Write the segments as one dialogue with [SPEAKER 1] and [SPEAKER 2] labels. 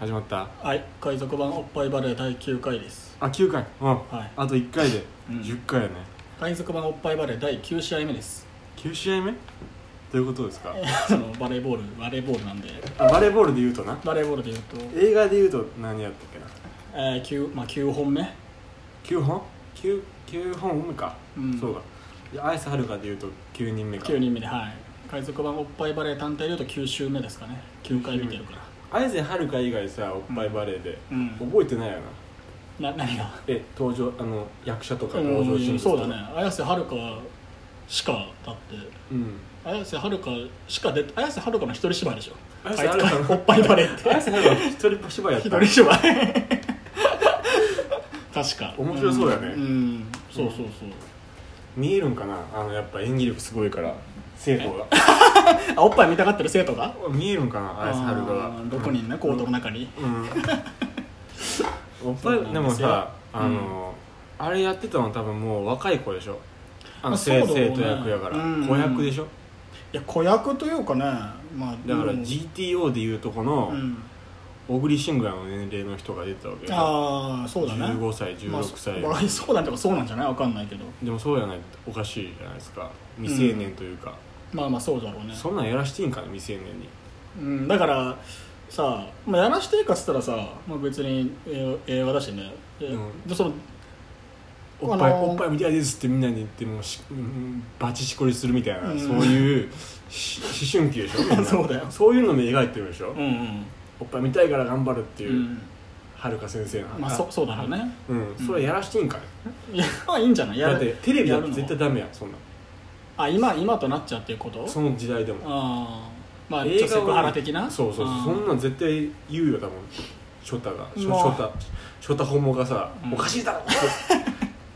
[SPEAKER 1] 始まった
[SPEAKER 2] はい海賊版おっぱいバレー第9回です
[SPEAKER 1] あ9回うん、
[SPEAKER 2] はい
[SPEAKER 1] あと1回で
[SPEAKER 2] うん
[SPEAKER 1] 10回やね、
[SPEAKER 2] 海賊版おっぱいバレー第9試合目です
[SPEAKER 1] 9試合目どういうことですか
[SPEAKER 2] そのバレーボールバレーボールなんで
[SPEAKER 1] あバレーボールで言うとな
[SPEAKER 2] バレーボールでいうと、
[SPEAKER 1] 映画で言うと何やったっけな
[SPEAKER 2] えー 9, まあ、9本目
[SPEAKER 1] 9本 9, 9本目か、
[SPEAKER 2] うん
[SPEAKER 1] そうかで綾瀬はるかで言うと9人目か
[SPEAKER 2] 9人目ではい海賊版おっぱいバレー単体でいうと9週目ですかね9回見てるから
[SPEAKER 1] 綾瀬はるか以外さおっぱいバレーで、
[SPEAKER 2] うん
[SPEAKER 1] 覚えてないよな
[SPEAKER 2] な何が
[SPEAKER 1] え登場あの役者とか登場人
[SPEAKER 2] う
[SPEAKER 1] 物と
[SPEAKER 2] ん
[SPEAKER 1] か
[SPEAKER 2] そうだね綾瀬はるかしかだって
[SPEAKER 1] うん
[SPEAKER 2] 綾瀬はるかしか出て綾瀬はるかの一人芝居でしょ
[SPEAKER 1] 綾瀬はるかの
[SPEAKER 2] あいつおっぱいバレーって
[SPEAKER 1] 綾瀬はるか一人芝居やっ
[SPEAKER 2] 一
[SPEAKER 1] た
[SPEAKER 2] 人芝居確か
[SPEAKER 1] 面白そうだね
[SPEAKER 2] うん、うんそうそうそう
[SPEAKER 1] 見えるんかなあのやっぱ演技力すごいから生徒が
[SPEAKER 2] あおっぱい見たがってる生徒が
[SPEAKER 1] 見えるんかな綾瀬はるかが
[SPEAKER 2] あー6人ねコートの中に
[SPEAKER 1] うん、おっぱ
[SPEAKER 2] そうなんです
[SPEAKER 1] い
[SPEAKER 2] よ
[SPEAKER 1] でもさ
[SPEAKER 2] うん
[SPEAKER 1] あの、あれやってたの多分もう若い子でしょあの
[SPEAKER 2] まあ
[SPEAKER 1] 生
[SPEAKER 2] そうだろ
[SPEAKER 1] 生
[SPEAKER 2] うね
[SPEAKER 1] 徒役やから
[SPEAKER 2] うん
[SPEAKER 1] 子役でしょ
[SPEAKER 2] いや子役というかねまあ
[SPEAKER 1] だから
[SPEAKER 2] うん、
[SPEAKER 1] GTO でいうとこ
[SPEAKER 2] う
[SPEAKER 1] の
[SPEAKER 2] ん、
[SPEAKER 1] 小栗旬ぐらいの年齢の人が出てたわけよ
[SPEAKER 2] ああそうだね
[SPEAKER 1] 15歳16歳、
[SPEAKER 2] まあ、そうなんとかそうなんじゃないわかんないけど
[SPEAKER 1] でもそうやないとおかしいじゃないですか未成年というか、
[SPEAKER 2] まあまあそうだろうね
[SPEAKER 1] そんなんやらしていいんかな未成年に
[SPEAKER 2] うん、だからさ、まあ、やらしていいかっつったらさ、まあ、別に映画映画だしね、え
[SPEAKER 1] うん
[SPEAKER 2] でその
[SPEAKER 1] おっぱい、
[SPEAKER 2] あのー
[SPEAKER 1] おっぱい見たいですってみんなに言ってもうし、うんバチしこりするみたいな、
[SPEAKER 2] うん
[SPEAKER 1] そういうし思春期でしょみんな
[SPEAKER 2] そうだよ
[SPEAKER 1] そういうのも描いてるでしょ、
[SPEAKER 2] うんうん
[SPEAKER 1] おっぱい見たいから頑張るっていうう、
[SPEAKER 2] ん
[SPEAKER 1] はるか先生の、
[SPEAKER 2] まあそそうだろうね
[SPEAKER 1] うんそれやらしていいんかね、
[SPEAKER 2] いや まあいいんじゃないや
[SPEAKER 1] だってテレビだ
[SPEAKER 2] や
[SPEAKER 1] と
[SPEAKER 2] るの
[SPEAKER 1] 絶対ダメやんそんなん
[SPEAKER 2] あ今今となっちゃうっていうこと
[SPEAKER 1] その時代でも
[SPEAKER 2] あーまあ
[SPEAKER 1] 映画は
[SPEAKER 2] ちょっとセクハラ的な
[SPEAKER 1] そうそうそう
[SPEAKER 2] あー
[SPEAKER 1] そんなん絶対言うよ多分ショタがショ
[SPEAKER 2] まあ
[SPEAKER 1] ショタショタホモがさ、
[SPEAKER 2] うん
[SPEAKER 1] おかしいだろ って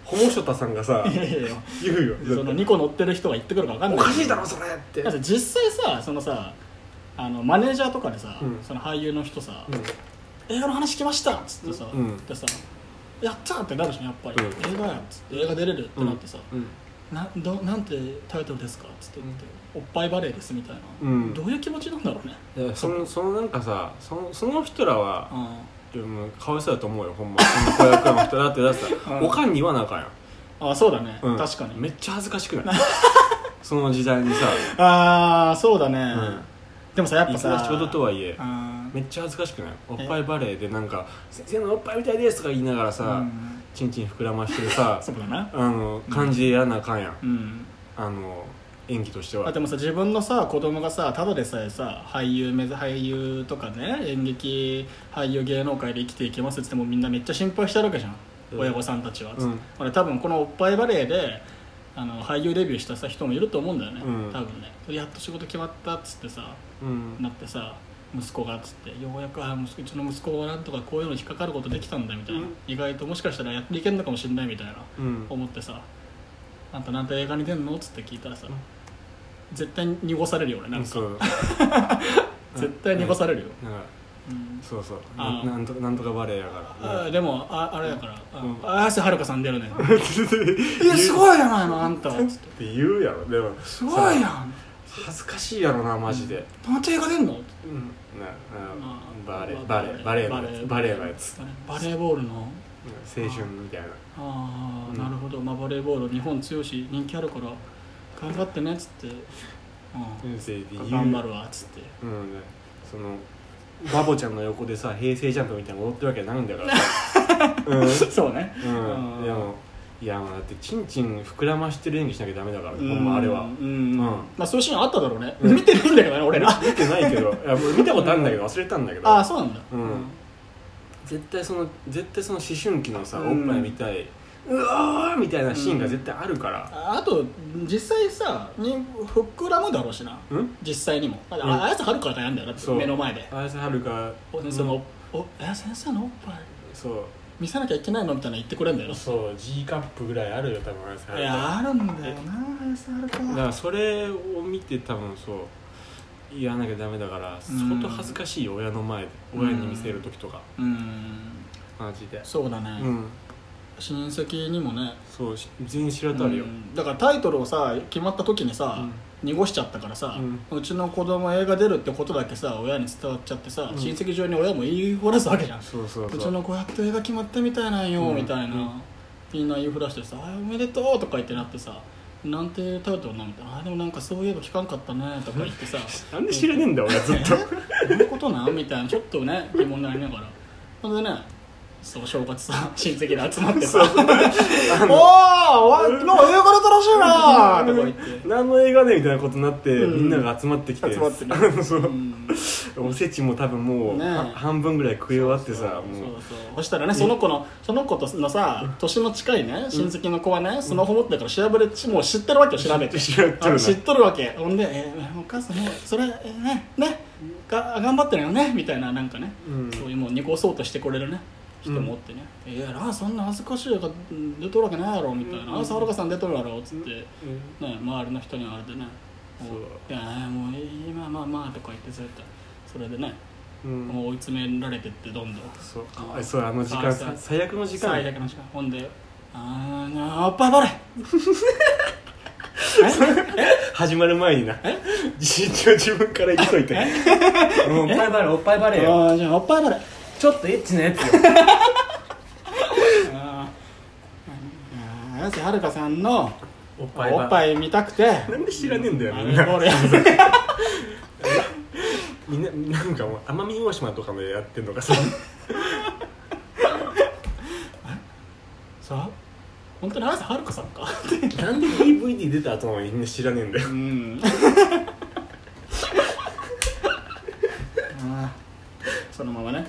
[SPEAKER 1] ホモショタさんがさ
[SPEAKER 2] いやいやいや
[SPEAKER 1] 言うよ
[SPEAKER 2] その2個乗ってる人が言ってくるか分かん
[SPEAKER 1] お
[SPEAKER 2] ない
[SPEAKER 1] かしいだろそれって
[SPEAKER 2] だって実際さそのさあのマネージャーとかでさ、
[SPEAKER 1] うん
[SPEAKER 2] その俳優の人さ、
[SPEAKER 1] うん
[SPEAKER 2] 映画の話来ましたっつってさ、
[SPEAKER 1] うん
[SPEAKER 2] でさやったーってなるじゃんやっぱり、
[SPEAKER 1] う
[SPEAKER 2] 映画やっつって映画出れるってなってさ、
[SPEAKER 1] うん
[SPEAKER 2] などなんてタイトルですかっつって言って、おっぱいバレーですみたいな、
[SPEAKER 1] うん
[SPEAKER 2] どういう気持ちなんだろうね
[SPEAKER 1] いやそのそのなんかさそのその人らは
[SPEAKER 2] あ
[SPEAKER 1] でもかわいそうだと思うよほんまその子役の人だってだって
[SPEAKER 2] う
[SPEAKER 1] さ
[SPEAKER 2] ん
[SPEAKER 1] おかんに言わなあかんやん
[SPEAKER 2] あそうだね、
[SPEAKER 1] うん
[SPEAKER 2] 確かに
[SPEAKER 1] めっちゃ恥ずかしくない その時代にさ
[SPEAKER 2] ああそうだね、
[SPEAKER 1] ん
[SPEAKER 2] でもさやっ
[SPEAKER 1] い
[SPEAKER 2] ぱ
[SPEAKER 1] くら
[SPEAKER 2] さ
[SPEAKER 1] 仕事とはいえ
[SPEAKER 2] あー
[SPEAKER 1] めっちゃ恥ずかしくないおっぱいバレーでなんか「先生のおっぱいみたいです」とか言いながら
[SPEAKER 2] う
[SPEAKER 1] さ
[SPEAKER 2] ん
[SPEAKER 1] ちんちん膨らましてるさ
[SPEAKER 2] そうだな
[SPEAKER 1] あの感じでやらなあかんやん
[SPEAKER 2] うん
[SPEAKER 1] あの演技として
[SPEAKER 2] あ
[SPEAKER 1] は
[SPEAKER 2] でもさ自分のさ子供がさただでさえさ俳優目指俳優とかね演劇俳優芸能界で生きていけますっつってもみんなめっちゃ心配してるわけじゃん、
[SPEAKER 1] うん
[SPEAKER 2] 親御さんたちは、
[SPEAKER 1] うん
[SPEAKER 2] 俺多分このおっぱいバレーであの俳優デビューしたさ人もいると思うんだよね、
[SPEAKER 1] うん
[SPEAKER 2] 多分ねやっと仕事決まったっつってさ
[SPEAKER 1] うん
[SPEAKER 2] なってさ息子がっつってようやくあ息子うちの息子はなんとかこういうのに引っかかることできたんだみたいな、
[SPEAKER 1] うん
[SPEAKER 2] 意外ともしかしたらやっていけるのかもしれないみたいな、
[SPEAKER 1] うん
[SPEAKER 2] 思ってさ「あんたなんて映画に出んの?」っつって聞いたらさ、
[SPEAKER 1] うん
[SPEAKER 2] 絶対に濁されるよ俺なんか
[SPEAKER 1] そう
[SPEAKER 2] 絶対濁されるよ、
[SPEAKER 1] なんか
[SPEAKER 2] うん
[SPEAKER 1] そうそう
[SPEAKER 2] あ
[SPEAKER 1] ななんとなんとかバレーやから
[SPEAKER 2] あでもああれだから「
[SPEAKER 1] うん
[SPEAKER 2] あ綾瀬はるかさん出る
[SPEAKER 1] 「
[SPEAKER 2] ね」
[SPEAKER 1] い
[SPEAKER 2] いやすごいじゃないのあんたは」つって
[SPEAKER 1] って言うやろでも
[SPEAKER 2] 「すごいや
[SPEAKER 1] さ
[SPEAKER 2] ん
[SPEAKER 1] 恥ずかしいやろなマジで、
[SPEAKER 2] なんて映画出んの?」
[SPEAKER 1] うんなな
[SPEAKER 2] あ
[SPEAKER 1] バレーバレーバレーのやつバレーのやつ
[SPEAKER 2] バレーボールの
[SPEAKER 1] うん青春みたいな
[SPEAKER 2] ああ、
[SPEAKER 1] うん
[SPEAKER 2] なるほど、まあ、バレーボール日本強いし人気あるから頑張ってねっつって、うん
[SPEAKER 1] 先生で言う
[SPEAKER 2] 頑張るわっつって
[SPEAKER 1] うんねそのバボちゃんの横でさ平成ジャンプみたいなの踊ってるわけないんだからさうん、
[SPEAKER 2] そうね
[SPEAKER 1] うん、でもいやもうだってチンチン膨らましてる演技しなきゃダメだから、
[SPEAKER 2] う
[SPEAKER 1] ほんまあれは
[SPEAKER 2] う
[SPEAKER 1] う
[SPEAKER 2] ん、
[SPEAKER 1] ん
[SPEAKER 2] まあそういうシーンあっただろうね、
[SPEAKER 1] うん
[SPEAKER 2] 見てないんだけどね俺ら
[SPEAKER 1] 見てないけどいや俺見たことあるんだけど忘れたんだけど
[SPEAKER 2] ああそうなんだ
[SPEAKER 1] うん絶対その絶対その思春期のさおっ
[SPEAKER 2] うん
[SPEAKER 1] ぱいみたい、うわーみたいなシーンが絶対あるから、
[SPEAKER 2] ああと実際さに膨らむだろうしな
[SPEAKER 1] うん
[SPEAKER 2] 実際にもだって
[SPEAKER 1] うん
[SPEAKER 2] あ綾瀬はるかがやんだよだって
[SPEAKER 1] そう
[SPEAKER 2] 目の前で
[SPEAKER 1] 綾瀬はるか
[SPEAKER 2] お先生の、お綾瀬先生のおっぱい
[SPEAKER 1] そう
[SPEAKER 2] 見せなきゃいけないのみたいな言ってくれんだよな
[SPEAKER 1] そう G カップぐらいあるよ多分綾瀬はいるか
[SPEAKER 2] やあるんだよな綾瀬はるか
[SPEAKER 1] だからそれを見て多分そう言わなきゃダメだから
[SPEAKER 2] うん
[SPEAKER 1] 相当恥ずかしいよ親の前で
[SPEAKER 2] うん
[SPEAKER 1] 親に見せる時とか
[SPEAKER 2] うん
[SPEAKER 1] マジで
[SPEAKER 2] そうだね、
[SPEAKER 1] うん
[SPEAKER 2] 親戚にもね
[SPEAKER 1] そうし全員知らたるよ
[SPEAKER 2] うんだからタイトルをさ決まった時にさ、
[SPEAKER 1] うん
[SPEAKER 2] 濁しちゃったからさ、う
[SPEAKER 1] う
[SPEAKER 2] ちの子供映画出るってことだけさ親に伝わっちゃってさ、
[SPEAKER 1] うん
[SPEAKER 2] 親戚中に親も言いふらすわけじゃん
[SPEAKER 1] そうそうそう
[SPEAKER 2] うちの子やっと映画決まったみたいなんよ、
[SPEAKER 1] うん
[SPEAKER 2] みたいな、
[SPEAKER 1] うん
[SPEAKER 2] みんな言いふらしてさ「あおめでとう」とか言ってなってさ「なんてタイトルなん?」みたいな「あでもなんかそういえば聞かんかったね」とか言っ てさ
[SPEAKER 1] なんで知らねえんだよ俺ずっと
[SPEAKER 2] どういうことなんみたいなちょっとね疑問になりながらほんでねそう正月さ親戚で集まってさ「おー おいもう映画出たらしいな」とか言 って。
[SPEAKER 1] 何の映画ねみたいなことになって、
[SPEAKER 2] う
[SPEAKER 1] み
[SPEAKER 2] ん
[SPEAKER 1] んなが集まってきて
[SPEAKER 2] 集まって る
[SPEAKER 1] そううんおせちも多分もう、
[SPEAKER 2] ねえ
[SPEAKER 1] は半分ぐらい食い終わってさ
[SPEAKER 2] そう
[SPEAKER 1] もう
[SPEAKER 2] そうそしたらねその子のその子とのさ年の近いね親戚の子はねスマホ持ってるから調べるもう知ってるわけよ調べて
[SPEAKER 1] 知ってる
[SPEAKER 2] あの知っとるわけほんで、えーお母さんねそれ、えーねねが頑張ってるよねみたいななんかね、
[SPEAKER 1] うん
[SPEAKER 2] そういうもう濁そうとしてくれるね人もおってね「いやなそんな恥ずかしいや出とるわけないやろ」みたいな「
[SPEAKER 1] うん
[SPEAKER 2] あさはるかさん出とるやろ」っつって、ね
[SPEAKER 1] うん
[SPEAKER 2] 周りの人にあれでね「
[SPEAKER 1] そう
[SPEAKER 2] いやーもういいまあまあまあ」とか言ってずっとそれでね
[SPEAKER 1] うん
[SPEAKER 2] もう追い詰められてってどんどん
[SPEAKER 1] そうかわいそうあの時
[SPEAKER 2] かわ
[SPEAKER 1] 間
[SPEAKER 2] いそう
[SPEAKER 1] さ最悪の時間
[SPEAKER 2] 最悪の時間ほんで「あーおっぱいバレ!
[SPEAKER 1] 始まる前にな
[SPEAKER 2] え
[SPEAKER 1] 一応自分から言っといてうんおっぱいバレーおっぱいバ」
[SPEAKER 2] あ
[SPEAKER 1] レー
[SPEAKER 2] ーじゃあおっぱいバレ!」
[SPEAKER 1] ちょっとエッチなやつよ
[SPEAKER 2] あー綾瀬はるかさんの
[SPEAKER 1] おっぱい
[SPEAKER 2] おっ
[SPEAKER 1] バ
[SPEAKER 2] ぱ
[SPEAKER 1] レ
[SPEAKER 2] い見たくて
[SPEAKER 1] ーなんで知らねえんだよ
[SPEAKER 2] あ
[SPEAKER 1] みんな
[SPEAKER 2] の俺
[SPEAKER 1] みんななんかもう奄美大島とかのやってんの かさ
[SPEAKER 2] さ本当に綾瀬はるかさんか
[SPEAKER 1] なんで DVD 出た後なのにみんな知らねえんだよ
[SPEAKER 2] うんあーそのままね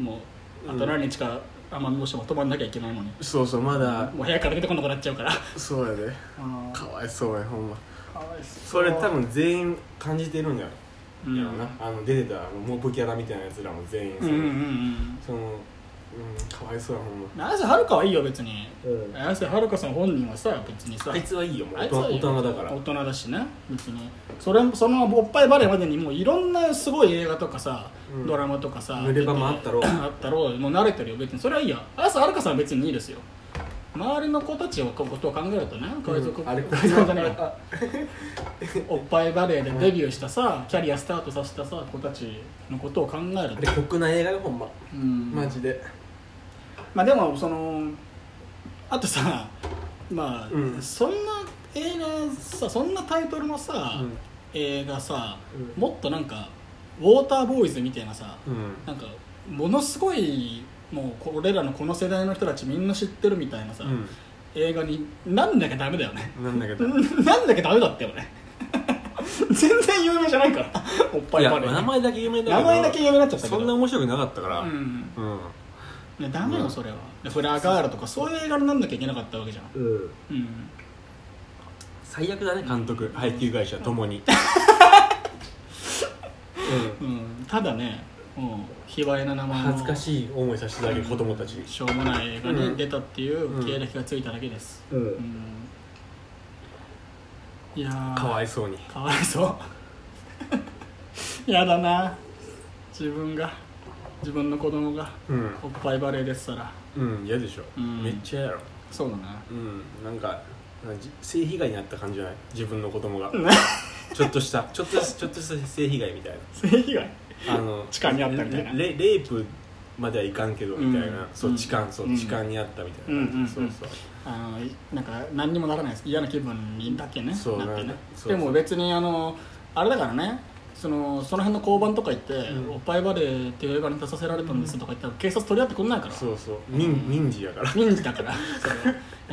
[SPEAKER 2] もうあと何日か奄美大島泊まんなきゃいけないのに
[SPEAKER 1] そうそうまだ
[SPEAKER 2] もう部屋から出てこなくなっちゃうから
[SPEAKER 1] そうやでか
[SPEAKER 2] か
[SPEAKER 1] わいそうやほんま
[SPEAKER 2] わいそ
[SPEAKER 1] それ多分全員感じてるんや
[SPEAKER 2] うん
[SPEAKER 1] やろな、あの出てたモブキャラみたいなやつらも全員
[SPEAKER 2] う
[SPEAKER 1] そ
[SPEAKER 2] ん
[SPEAKER 1] の、
[SPEAKER 2] うんうん
[SPEAKER 1] そのうんかわいそうやほんま
[SPEAKER 2] うん綾瀬はるかはいいよ別に
[SPEAKER 1] うん
[SPEAKER 2] 綾瀬はるかさん本人はさ別にさ
[SPEAKER 1] あいつはいいよもう
[SPEAKER 2] あ
[SPEAKER 1] 大
[SPEAKER 2] いつは
[SPEAKER 1] 人大人だから
[SPEAKER 2] 大人だしね別にそれそのおっぱいバレーまでにもういろんなすごい映画とかさ、
[SPEAKER 1] うん
[SPEAKER 2] ドラマとかさ
[SPEAKER 1] 濡れ場もあったろう
[SPEAKER 2] あったろうもう慣れてるよ別にそれはいいや綾瀬はるかさんは別にいいですよ周りの子たちのことを考えるとね海賊、
[SPEAKER 1] うん あれ
[SPEAKER 2] 海賊じゃないおっぱいバレーでデビューしたさキャリアスタートさせたさ子たちのことを考える
[SPEAKER 1] あ
[SPEAKER 2] と
[SPEAKER 1] れ、国内映画よほんま
[SPEAKER 2] うん
[SPEAKER 1] マジで
[SPEAKER 2] まあでもそのあとさまあ、
[SPEAKER 1] うん
[SPEAKER 2] そんな映画さそんなタイトルのさ、映画さ、
[SPEAKER 1] うん
[SPEAKER 2] もっとなんかウォーターボーイズみたいなさ
[SPEAKER 1] うん
[SPEAKER 2] なんかものすごいもう俺らのこの世代の人たちみんな知ってるみたいなさ、
[SPEAKER 1] う
[SPEAKER 2] 映画になんなきゃダメだよね
[SPEAKER 1] んなんだけど
[SPEAKER 2] なんなきゃダメだったよね 全然有名じゃな いからおっぱ
[SPEAKER 1] い
[SPEAKER 2] い
[SPEAKER 1] や
[SPEAKER 2] バレー
[SPEAKER 1] 名前だけ有名だけど
[SPEAKER 2] 名前だけ有名になっちゃったけ
[SPEAKER 1] そ
[SPEAKER 2] ど
[SPEAKER 1] んな面白くなかったから
[SPEAKER 2] う
[SPEAKER 1] うん
[SPEAKER 2] ん
[SPEAKER 1] うん
[SPEAKER 2] いやダメよそれは、でフラガールとかそういう映画になんなきゃいけなかったわけじゃんうん
[SPEAKER 1] 最悪だね監督配給会社と もにうん
[SPEAKER 2] うん、ただね、うん、卑猥な名前の
[SPEAKER 1] 恥ずかしい思いさせてただけ子供たち
[SPEAKER 2] しょうもない映画に出たっていう
[SPEAKER 1] うん
[SPEAKER 2] 経歴がついただけです、
[SPEAKER 1] う
[SPEAKER 2] うんいやー
[SPEAKER 1] かわいそうに
[SPEAKER 2] かわいそうやだな自分が自分の子供が
[SPEAKER 1] うん
[SPEAKER 2] おっぱいバレーですから
[SPEAKER 1] うん嫌でしょ
[SPEAKER 2] うん
[SPEAKER 1] めっちゃ嫌やろ
[SPEAKER 2] そうだ な
[SPEAKER 1] うんなんかなんかじ性被害になった感じじゃない自分の子供が
[SPEAKER 2] うん
[SPEAKER 1] ちょっとしたちょっとちょっとした性被害みたいな
[SPEAKER 2] 性被害
[SPEAKER 1] あの
[SPEAKER 2] 痴漢にあったみたいな
[SPEAKER 1] レレイプまではいかんけどみたいな、
[SPEAKER 2] うん
[SPEAKER 1] そううん痴漢そう、
[SPEAKER 2] うん
[SPEAKER 1] 痴漢にあったみたい
[SPEAKER 2] うん
[SPEAKER 1] な、
[SPEAKER 2] うんうん
[SPEAKER 1] そうそう
[SPEAKER 2] あのいなんか何にもならないです嫌な気分にだけね
[SPEAKER 1] そう
[SPEAKER 2] なって
[SPEAKER 1] な
[SPEAKER 2] ね
[SPEAKER 1] んかそう
[SPEAKER 2] でも別にあのあれだからねそのその辺の交番とか行って、
[SPEAKER 1] うん
[SPEAKER 2] おっぱいバレーっていう映画に出させられたんですとか言ったら警察取り合ってくんないから
[SPEAKER 1] そうそう民民事やから
[SPEAKER 2] 民事 だからそ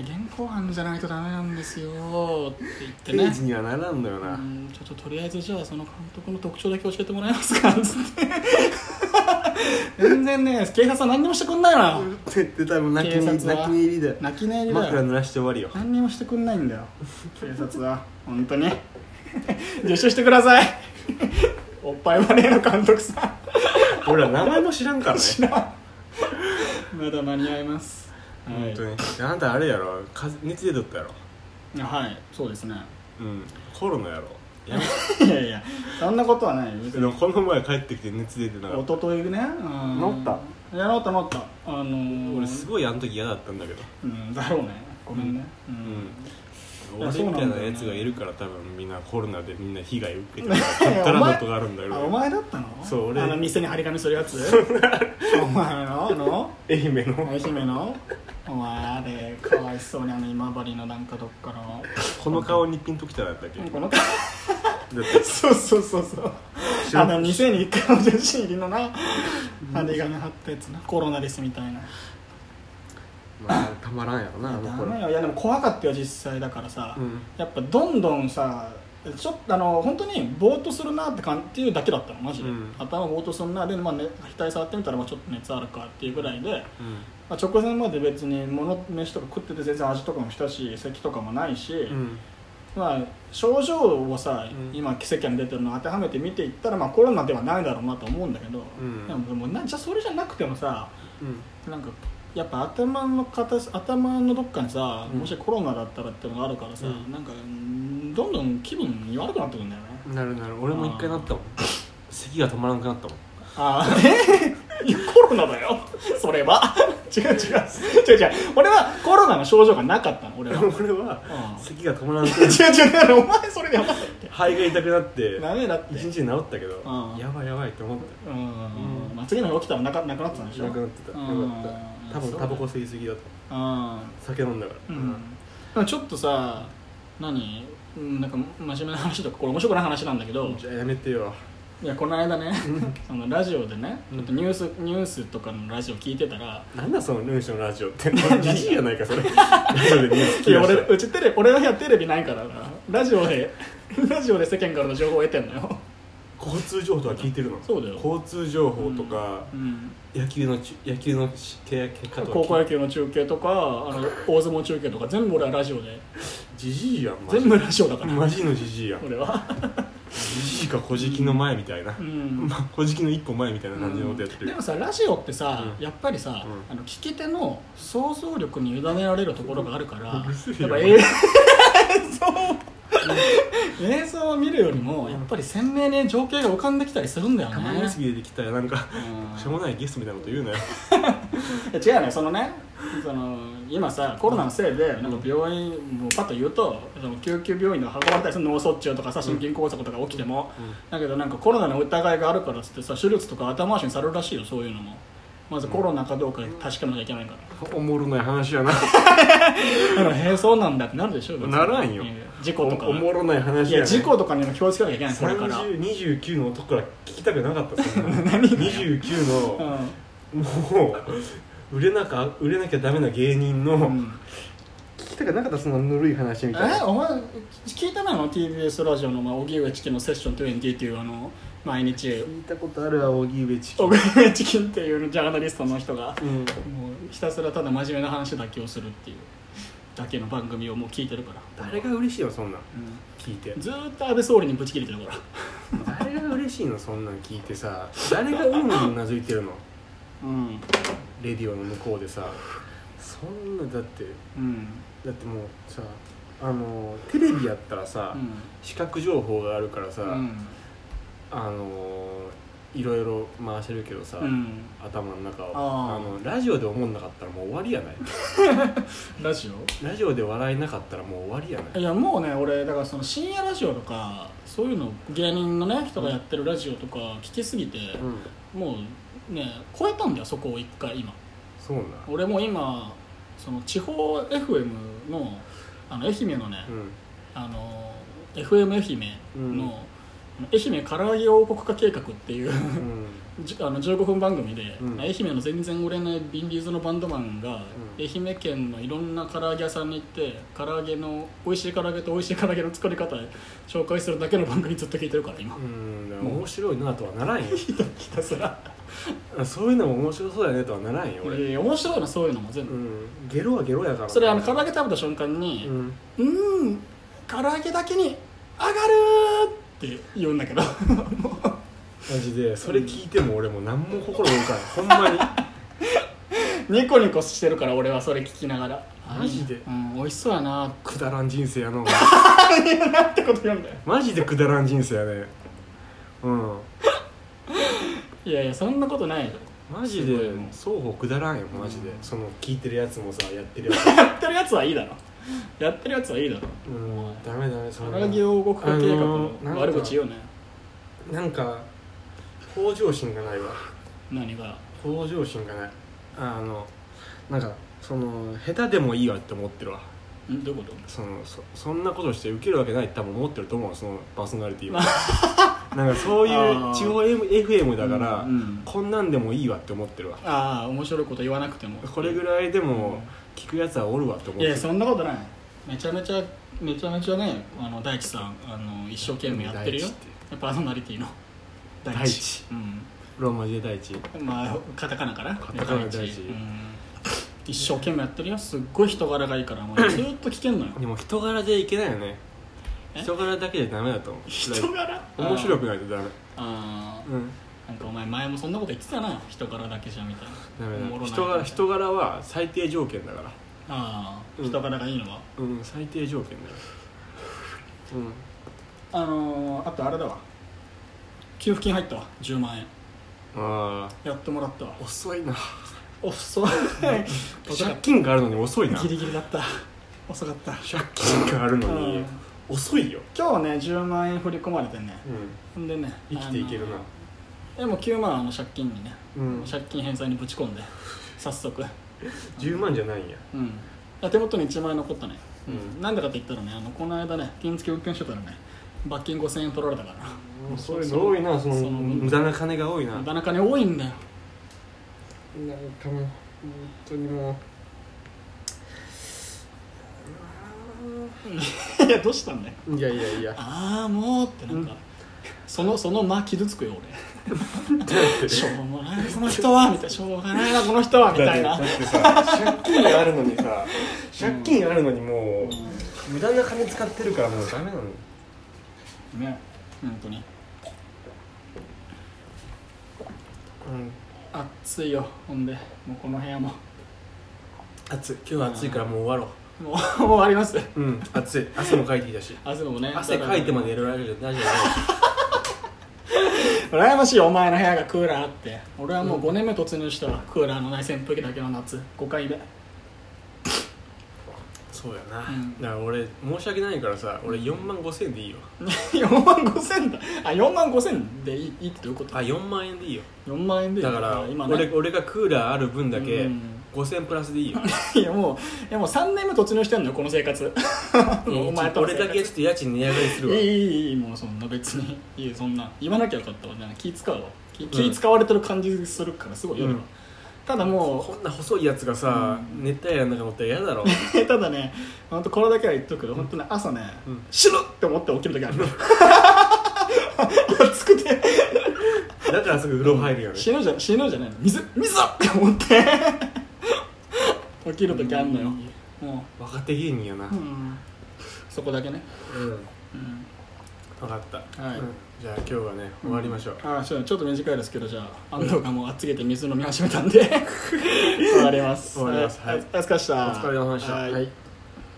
[SPEAKER 2] う現行犯じゃないとダメなんですよって
[SPEAKER 1] 刑
[SPEAKER 2] 言って
[SPEAKER 1] 事
[SPEAKER 2] ね
[SPEAKER 1] にはならんのよ
[SPEAKER 2] う
[SPEAKER 1] な、
[SPEAKER 2] んちょっととりあえずじゃあその監督の特徴だけ教えてもらえま すかっつって全然ね警察は何にもしてくんないのよ
[SPEAKER 1] 絶対多分泣き
[SPEAKER 2] 警
[SPEAKER 1] に泣
[SPEAKER 2] 察は
[SPEAKER 1] きに入りだよ
[SPEAKER 2] 泣き寝入りだよ
[SPEAKER 1] 枕濡らして終わりよ
[SPEAKER 2] 何にもしてくんない んだよ警察は本当に 自首してください おっぱいバレーの監督さ
[SPEAKER 1] 俺ら名前も知らんからね
[SPEAKER 2] んまだ間に合います
[SPEAKER 1] 本当にあなたあれやろ風邪熱出とったやろ
[SPEAKER 2] にはいそうですね
[SPEAKER 1] うんコロナやろや
[SPEAKER 2] いやいやそんなことはないよ別
[SPEAKER 1] め
[SPEAKER 2] に
[SPEAKER 1] でも この前帰ってきて熱出てなかっ
[SPEAKER 2] 一
[SPEAKER 1] た
[SPEAKER 2] 昨日ねうん
[SPEAKER 1] 乗っ
[SPEAKER 2] いや乗った乗ったあのー、
[SPEAKER 1] 俺すごいあの時嫌だったんだけど
[SPEAKER 2] うんだろうねごめんねうん、
[SPEAKER 1] うん
[SPEAKER 2] あ
[SPEAKER 1] 俺
[SPEAKER 2] そう
[SPEAKER 1] み
[SPEAKER 2] なん
[SPEAKER 1] た
[SPEAKER 2] だ
[SPEAKER 1] い
[SPEAKER 2] よね
[SPEAKER 1] なやつがいるから多分みんなコロナでみんな被害受けてるからたらのことがあるんだ
[SPEAKER 2] あお
[SPEAKER 1] よ
[SPEAKER 2] 前だったの
[SPEAKER 1] そう俺
[SPEAKER 2] あの店に張り紙するやつお前のあの
[SPEAKER 1] 愛媛の
[SPEAKER 2] 愛媛のお前あれかわいそうにあの今治のなんかどっかの
[SPEAKER 1] この顔にピンときたらだっけだ
[SPEAKER 2] こ
[SPEAKER 1] っ
[SPEAKER 2] の
[SPEAKER 1] て
[SPEAKER 2] そうそうそうそう
[SPEAKER 1] 白
[SPEAKER 2] あの店に一回お写真入りのな張り紙貼ったやつなコロナですみたいな
[SPEAKER 1] まあたまらんやろなあの
[SPEAKER 2] ダ
[SPEAKER 1] 頃
[SPEAKER 2] メよいやでも怖かったよ実際だからさ、
[SPEAKER 1] うん
[SPEAKER 2] やっぱどんどんさちょっとあの本当にぼーっとするなって感っていうだけだったのマジで、
[SPEAKER 1] うん
[SPEAKER 2] 頭ぼーっとするなで、まあね、額触ってみたらまあちょっと熱あるかっていうぐらいで、
[SPEAKER 1] うん
[SPEAKER 2] まあ、直前まで別に物飯とか食ってて全然味とかもしたし咳とかもないし、
[SPEAKER 1] うん
[SPEAKER 2] まあ、症状をさ、
[SPEAKER 1] うん
[SPEAKER 2] 今奇跡に出てるの当てはめて見ていったら、まあ、コロナではないだろうなと思うんだけど、
[SPEAKER 1] うん
[SPEAKER 2] でもでもなじゃあそれじゃなくてもさ
[SPEAKER 1] うん
[SPEAKER 2] なんかやっぱ頭の片す頭のどっかにさ、
[SPEAKER 1] うん
[SPEAKER 2] もしコロナだったらっていうのがあるからさ、
[SPEAKER 1] うん
[SPEAKER 2] なんかうんどんどん気分悪くなってくるんだよね
[SPEAKER 1] なるなる俺も一回なったもん咳が止まらなくなったもん
[SPEAKER 2] ああえい やコロナだよそれは違う違う違う違う俺はコロナの症状がなかったの 俺は
[SPEAKER 1] 俺は
[SPEAKER 2] うん
[SPEAKER 1] 咳が止まらなく
[SPEAKER 2] 違
[SPEAKER 1] な
[SPEAKER 2] う
[SPEAKER 1] って
[SPEAKER 2] 違うだからお前それでやばいっ
[SPEAKER 1] 肺
[SPEAKER 2] て
[SPEAKER 1] が痛くなって
[SPEAKER 2] ダメだって
[SPEAKER 1] 一日で治ったけど
[SPEAKER 2] うん
[SPEAKER 1] やばいやばいって思った
[SPEAKER 2] うん、まあ、次の日起きたらなかなくなってたんでしょ
[SPEAKER 1] なくなってた
[SPEAKER 2] う
[SPEAKER 1] よ
[SPEAKER 2] ん
[SPEAKER 1] かった多
[SPEAKER 2] そ
[SPEAKER 1] 分
[SPEAKER 2] う
[SPEAKER 1] タバコ吸いすぎだった
[SPEAKER 2] あ
[SPEAKER 1] 酒飲んだから
[SPEAKER 2] ーうん、でもちょっとさ何うんなんか真面目な話とかこれ面白くない話なんだけど、
[SPEAKER 1] じゃあやめてよ
[SPEAKER 2] いやこの間ねそのラジオでね
[SPEAKER 1] うん
[SPEAKER 2] ちょっとニュース、ニュースとかのラジオ聞いてたら
[SPEAKER 1] なんだそのルーシのラジオってジジイやないかそれラジオでニュース聞き
[SPEAKER 2] いや
[SPEAKER 1] ま
[SPEAKER 2] 俺
[SPEAKER 1] した
[SPEAKER 2] うちテレビ俺の部屋テレビないからなラジオで ラジオで世間からの情報を得てんのよ
[SPEAKER 1] 交通情報は聞いてるの
[SPEAKER 2] そうだよ
[SPEAKER 1] 交通情報とか
[SPEAKER 2] うん
[SPEAKER 1] 野球のち野球のしけ結果とか
[SPEAKER 2] 高校野球の中継とかあの大相撲中継とか全部俺はラジオで
[SPEAKER 1] ジジイやんマジ
[SPEAKER 2] 全部ラジオだから
[SPEAKER 1] マジのジジイやん
[SPEAKER 2] 俺は
[SPEAKER 1] ジジイか小じきの前みたいな
[SPEAKER 2] うん
[SPEAKER 1] まあ小じきの一個前みたいな感じのことやってる
[SPEAKER 2] でもさラジオってさ、
[SPEAKER 1] うん
[SPEAKER 2] やっぱりさ、
[SPEAKER 1] う
[SPEAKER 2] あの聞き手の想像力に委ねられるところがあるから、
[SPEAKER 1] うるせえ
[SPEAKER 2] やっ
[SPEAKER 1] よ
[SPEAKER 2] ぱ 映像映像を見るよりもやっぱり鮮明に情景が浮かんできたりするんだよね
[SPEAKER 1] たまにすぎ出てきたらなんか
[SPEAKER 2] うん
[SPEAKER 1] しょうもないゲストみたいなこと言うなよ
[SPEAKER 2] いや違うねそのねその今さコロナのせいでなんか病院もうパッと言うとその救急病院の運ばれたりする脳卒中とかさ心筋梗塞とか起きても、
[SPEAKER 1] うん
[SPEAKER 2] だけどなんかコロナの疑いがあるからっつってさ手術とか後回しにされるらしいよそういうのもまずコロナかどうか確かめなきゃいけないから、
[SPEAKER 1] おもろない話やな
[SPEAKER 2] だからへえそうなんだってなるでしょ別に
[SPEAKER 1] ならんよ
[SPEAKER 2] いや事
[SPEAKER 1] お
[SPEAKER 2] 故とか
[SPEAKER 1] おもろない話
[SPEAKER 2] い
[SPEAKER 1] や,、
[SPEAKER 2] や事故とかにも気をつけなきゃいけないこれから
[SPEAKER 1] 3029の男から聞きたくなかったそんな29の、もう売れなか売れなきゃダメな芸人の、
[SPEAKER 2] うん、うん、
[SPEAKER 1] 聞きたくなかったそんなぬるい話みたい
[SPEAKER 2] え
[SPEAKER 1] な
[SPEAKER 2] お前聞いたの TBS ラジオのまあ荻上チキンのセッション20っていうあの毎日
[SPEAKER 1] 聞いたことあるわ荻上チキン
[SPEAKER 2] 荻上チキンっていうジャーナリストの人が
[SPEAKER 1] うん
[SPEAKER 2] もうひたすらただ真面目な話だけをするっていうだけの番組をもう聞いてるから
[SPEAKER 1] 誰が嬉しいのそんなん
[SPEAKER 2] う
[SPEAKER 1] 聞いて
[SPEAKER 2] んずーっと安倍総理にぶち切れてるから
[SPEAKER 1] 誰が嬉しいのそんなん聞いてさ誰がうんうんうなずいてるの
[SPEAKER 2] うん
[SPEAKER 1] レディオの向こうでさそんなだって
[SPEAKER 2] うん
[SPEAKER 1] だってもうさあのテレビやったらさ、
[SPEAKER 2] うん
[SPEAKER 1] 視覚情報があるからさ、
[SPEAKER 2] うん
[SPEAKER 1] あのいろいろ回してるけどさ、
[SPEAKER 2] うん
[SPEAKER 1] 頭の中を
[SPEAKER 2] あー
[SPEAKER 1] のラジオで思んなかったらもう終わりやない
[SPEAKER 2] ラジオ
[SPEAKER 1] ラジオで笑えなかったらもう終わりやない
[SPEAKER 2] いやもうね俺だからその深夜ラジオとかそういうの芸人のね人がやってるラジオとか聞きすぎて、
[SPEAKER 1] うん
[SPEAKER 2] もうね超えたんだよそこを一回今
[SPEAKER 1] そうな
[SPEAKER 2] 俺も今その地方 FM のあの愛媛のね、
[SPEAKER 1] うん
[SPEAKER 2] あの FM 愛媛の、愛媛唐揚げ王国化計画っていう
[SPEAKER 1] うん
[SPEAKER 2] じ あの15分番組で、
[SPEAKER 1] うん
[SPEAKER 2] 愛媛の全然売れないビンディーズのバンドマンが、
[SPEAKER 1] うん
[SPEAKER 2] 愛媛県のいろんな唐揚げ屋さんに行って唐揚げの美味しい唐揚げと美味しい唐揚げの作り方紹介するだけの番組ずっと聞いてるから今、
[SPEAKER 1] うんだから面白いなとはならんよ
[SPEAKER 2] ひたひた すら
[SPEAKER 1] そういうのも面白そうやねとはならんよ俺、
[SPEAKER 2] いや面白いなそういうのも全
[SPEAKER 1] う
[SPEAKER 2] 部、
[SPEAKER 1] ん、ゲロはゲロやから
[SPEAKER 2] それあの唐揚げ食べた瞬間に
[SPEAKER 1] うん
[SPEAKER 2] 「うんん唐揚げだけに上がる!」って言うんだけど
[SPEAKER 1] マジでそれ聞いても俺もう何も心動かないほんまに
[SPEAKER 2] ニコニコしてるから俺はそれ聞きながら
[SPEAKER 1] マジで
[SPEAKER 2] うん、美味しそうやな
[SPEAKER 1] くだらん人生やの
[SPEAKER 2] ってこと言うんだよ
[SPEAKER 1] マジでくだらん人生やねうん
[SPEAKER 2] いやいやそんなことないよ
[SPEAKER 1] マジ
[SPEAKER 2] すごい
[SPEAKER 1] で
[SPEAKER 2] もう
[SPEAKER 1] 双方くだらんよマジで、その聞いてるやつもさやってるやつも
[SPEAKER 2] やってるやつはいいだろやってるやつはいいだろ
[SPEAKER 1] うんダメダメそんな
[SPEAKER 2] 荒木を動く計画の
[SPEAKER 1] あのー
[SPEAKER 2] 悪口言うね
[SPEAKER 1] なんか向上心がないわ
[SPEAKER 2] 何が
[SPEAKER 1] 向上心がないあのなんかその下手でもいいわって思ってるわ
[SPEAKER 2] んどういうこと
[SPEAKER 1] そのそそんなことして受けるわけないって多分思ってると思うそのパーソナリティは なんかそうい
[SPEAKER 2] あー
[SPEAKER 1] う地方 M- FM だから、
[SPEAKER 2] うんうん
[SPEAKER 1] こんなんでもいいわって思ってるわ
[SPEAKER 2] ああ面白いこと言わなくても
[SPEAKER 1] これぐらいでも聞くやつはおるわって思っ
[SPEAKER 2] い
[SPEAKER 1] てる
[SPEAKER 2] やそんなことないめちゃめちゃめちゃめちゃねあの大地さんあの一生懸命やってるよ
[SPEAKER 1] 大地っ
[SPEAKER 2] パーソナリティの大
[SPEAKER 1] 大地ローマ字で第一
[SPEAKER 2] うんまあカタカナから
[SPEAKER 1] カタカナ大地
[SPEAKER 2] うん一生懸命やってるよすっごい人柄がいいからも うずっと聞けんのよ
[SPEAKER 1] でも人柄じゃいけないよね
[SPEAKER 2] え
[SPEAKER 1] 人柄だけじゃダメだと思う
[SPEAKER 2] 人柄
[SPEAKER 1] 面白
[SPEAKER 2] く
[SPEAKER 1] くないとダメ
[SPEAKER 2] あー
[SPEAKER 1] うん
[SPEAKER 2] なんかお前前もそんなこと言ってたな人柄だけじゃみたいな
[SPEAKER 1] ダメ
[SPEAKER 2] お
[SPEAKER 1] だ
[SPEAKER 2] もろない
[SPEAKER 1] 人が人柄は最低条件だから
[SPEAKER 2] ああ
[SPEAKER 1] うん
[SPEAKER 2] 人柄がいいのは、
[SPEAKER 1] うん最低条件だようん
[SPEAKER 2] あのーあとあれだわ給付金入ったわ10万円
[SPEAKER 1] あ
[SPEAKER 2] やってもらったわ
[SPEAKER 1] あ遅いな
[SPEAKER 2] お っそう
[SPEAKER 1] 借金があるのに遅いな
[SPEAKER 2] ギリギリだった遅かった
[SPEAKER 1] 借金があるの
[SPEAKER 2] う
[SPEAKER 1] に
[SPEAKER 2] ん
[SPEAKER 1] 遅いよ
[SPEAKER 2] 今日ね10万円振り込まれてね
[SPEAKER 1] うん
[SPEAKER 2] ほんでね
[SPEAKER 1] 生きていけるな
[SPEAKER 2] あのでも9万はあの借金にね、
[SPEAKER 1] うん
[SPEAKER 2] 借金返済にぶち込んで早速
[SPEAKER 1] 10万じゃないんや
[SPEAKER 2] うん手元に1万円残ったね
[SPEAKER 1] うん
[SPEAKER 2] なんでかって言ったらねあのこの間ね金付き物件してたらね罰金5000円取られたから
[SPEAKER 1] うんそういうの多いなその
[SPEAKER 2] その
[SPEAKER 1] 無駄な金が多いな
[SPEAKER 2] 無駄な金多いんだよ
[SPEAKER 1] なんかもう本当にもう
[SPEAKER 2] い やどうしたんだよ
[SPEAKER 1] いやいやい や
[SPEAKER 2] ああもうってなんか、そのその間傷つくよ俺しょうもないこの人はみたいなしょうがないなこの人はみたい
[SPEAKER 1] だ
[SPEAKER 2] な
[SPEAKER 1] ってだってさ借金があるのにさ借金あるのにもう無駄な金使ってるからもうダメなの
[SPEAKER 2] ね本当に
[SPEAKER 1] うん
[SPEAKER 2] 暑いよほんでもうこの部屋も
[SPEAKER 1] 暑い今日は暑いからもう終わろ
[SPEAKER 2] もうもう終わります
[SPEAKER 1] ううん暑い汗もかいていたし
[SPEAKER 2] 汗もね
[SPEAKER 1] 汗かいてまでやるわけじゃないじゃない
[SPEAKER 2] 羨ましいよお前の部屋がクーラーあって俺はもう5年目突入したわクーラーのない扇風機だけの夏5回目
[SPEAKER 1] そうやな、
[SPEAKER 2] うん
[SPEAKER 1] だから俺申し訳ないからさ俺4万5千円でいいよ
[SPEAKER 2] 4万5千だあ4万5千でいいいいってどういうこと
[SPEAKER 1] あ4万円でいいよ
[SPEAKER 2] 4万円で
[SPEAKER 1] だから
[SPEAKER 2] 今
[SPEAKER 1] 俺
[SPEAKER 2] ね
[SPEAKER 1] 俺がクーラーある分だけ
[SPEAKER 2] うん
[SPEAKER 1] 5千円プラスでいいよ
[SPEAKER 2] いやもういやもう3年目突入してんのよこの 生活 お前との
[SPEAKER 1] 俺
[SPEAKER 2] 生
[SPEAKER 1] だけちょっと家賃値上がりする
[SPEAKER 2] 活
[SPEAKER 1] わ
[SPEAKER 2] いいいいいいもうそんな別にいいそんな言わなきゃよかったわじゃあ気使うわ気気使われてる感じするからすごい嫌だわ、
[SPEAKER 1] うん
[SPEAKER 2] ただもう
[SPEAKER 1] こんな細いやつがさ、熱帯夜の中乗ったら嫌だろ
[SPEAKER 2] ただね本当これだけは言っとくけど本当ね朝ね、
[SPEAKER 1] うん
[SPEAKER 2] 死ぬって思って起きる時ある暑くて
[SPEAKER 1] だからすぐ風呂入るよね
[SPEAKER 2] 死ぬじゃ死ぬじゃないの水水って思って起きる時あるのよも
[SPEAKER 1] 若手芸人やな
[SPEAKER 2] う、うん、そこだけね、
[SPEAKER 1] うん
[SPEAKER 2] うん、
[SPEAKER 1] 分かった、
[SPEAKER 2] はい
[SPEAKER 1] うんじゃあ今日はね終わりましょう、
[SPEAKER 2] あそうちょっと短いですけどじゃあ安藤がもう暑すぎて 水飲み始めたんで終わります
[SPEAKER 1] 終わりますはい
[SPEAKER 2] お疲れ様でした
[SPEAKER 1] お疲れ様でした
[SPEAKER 2] はい
[SPEAKER 1] はい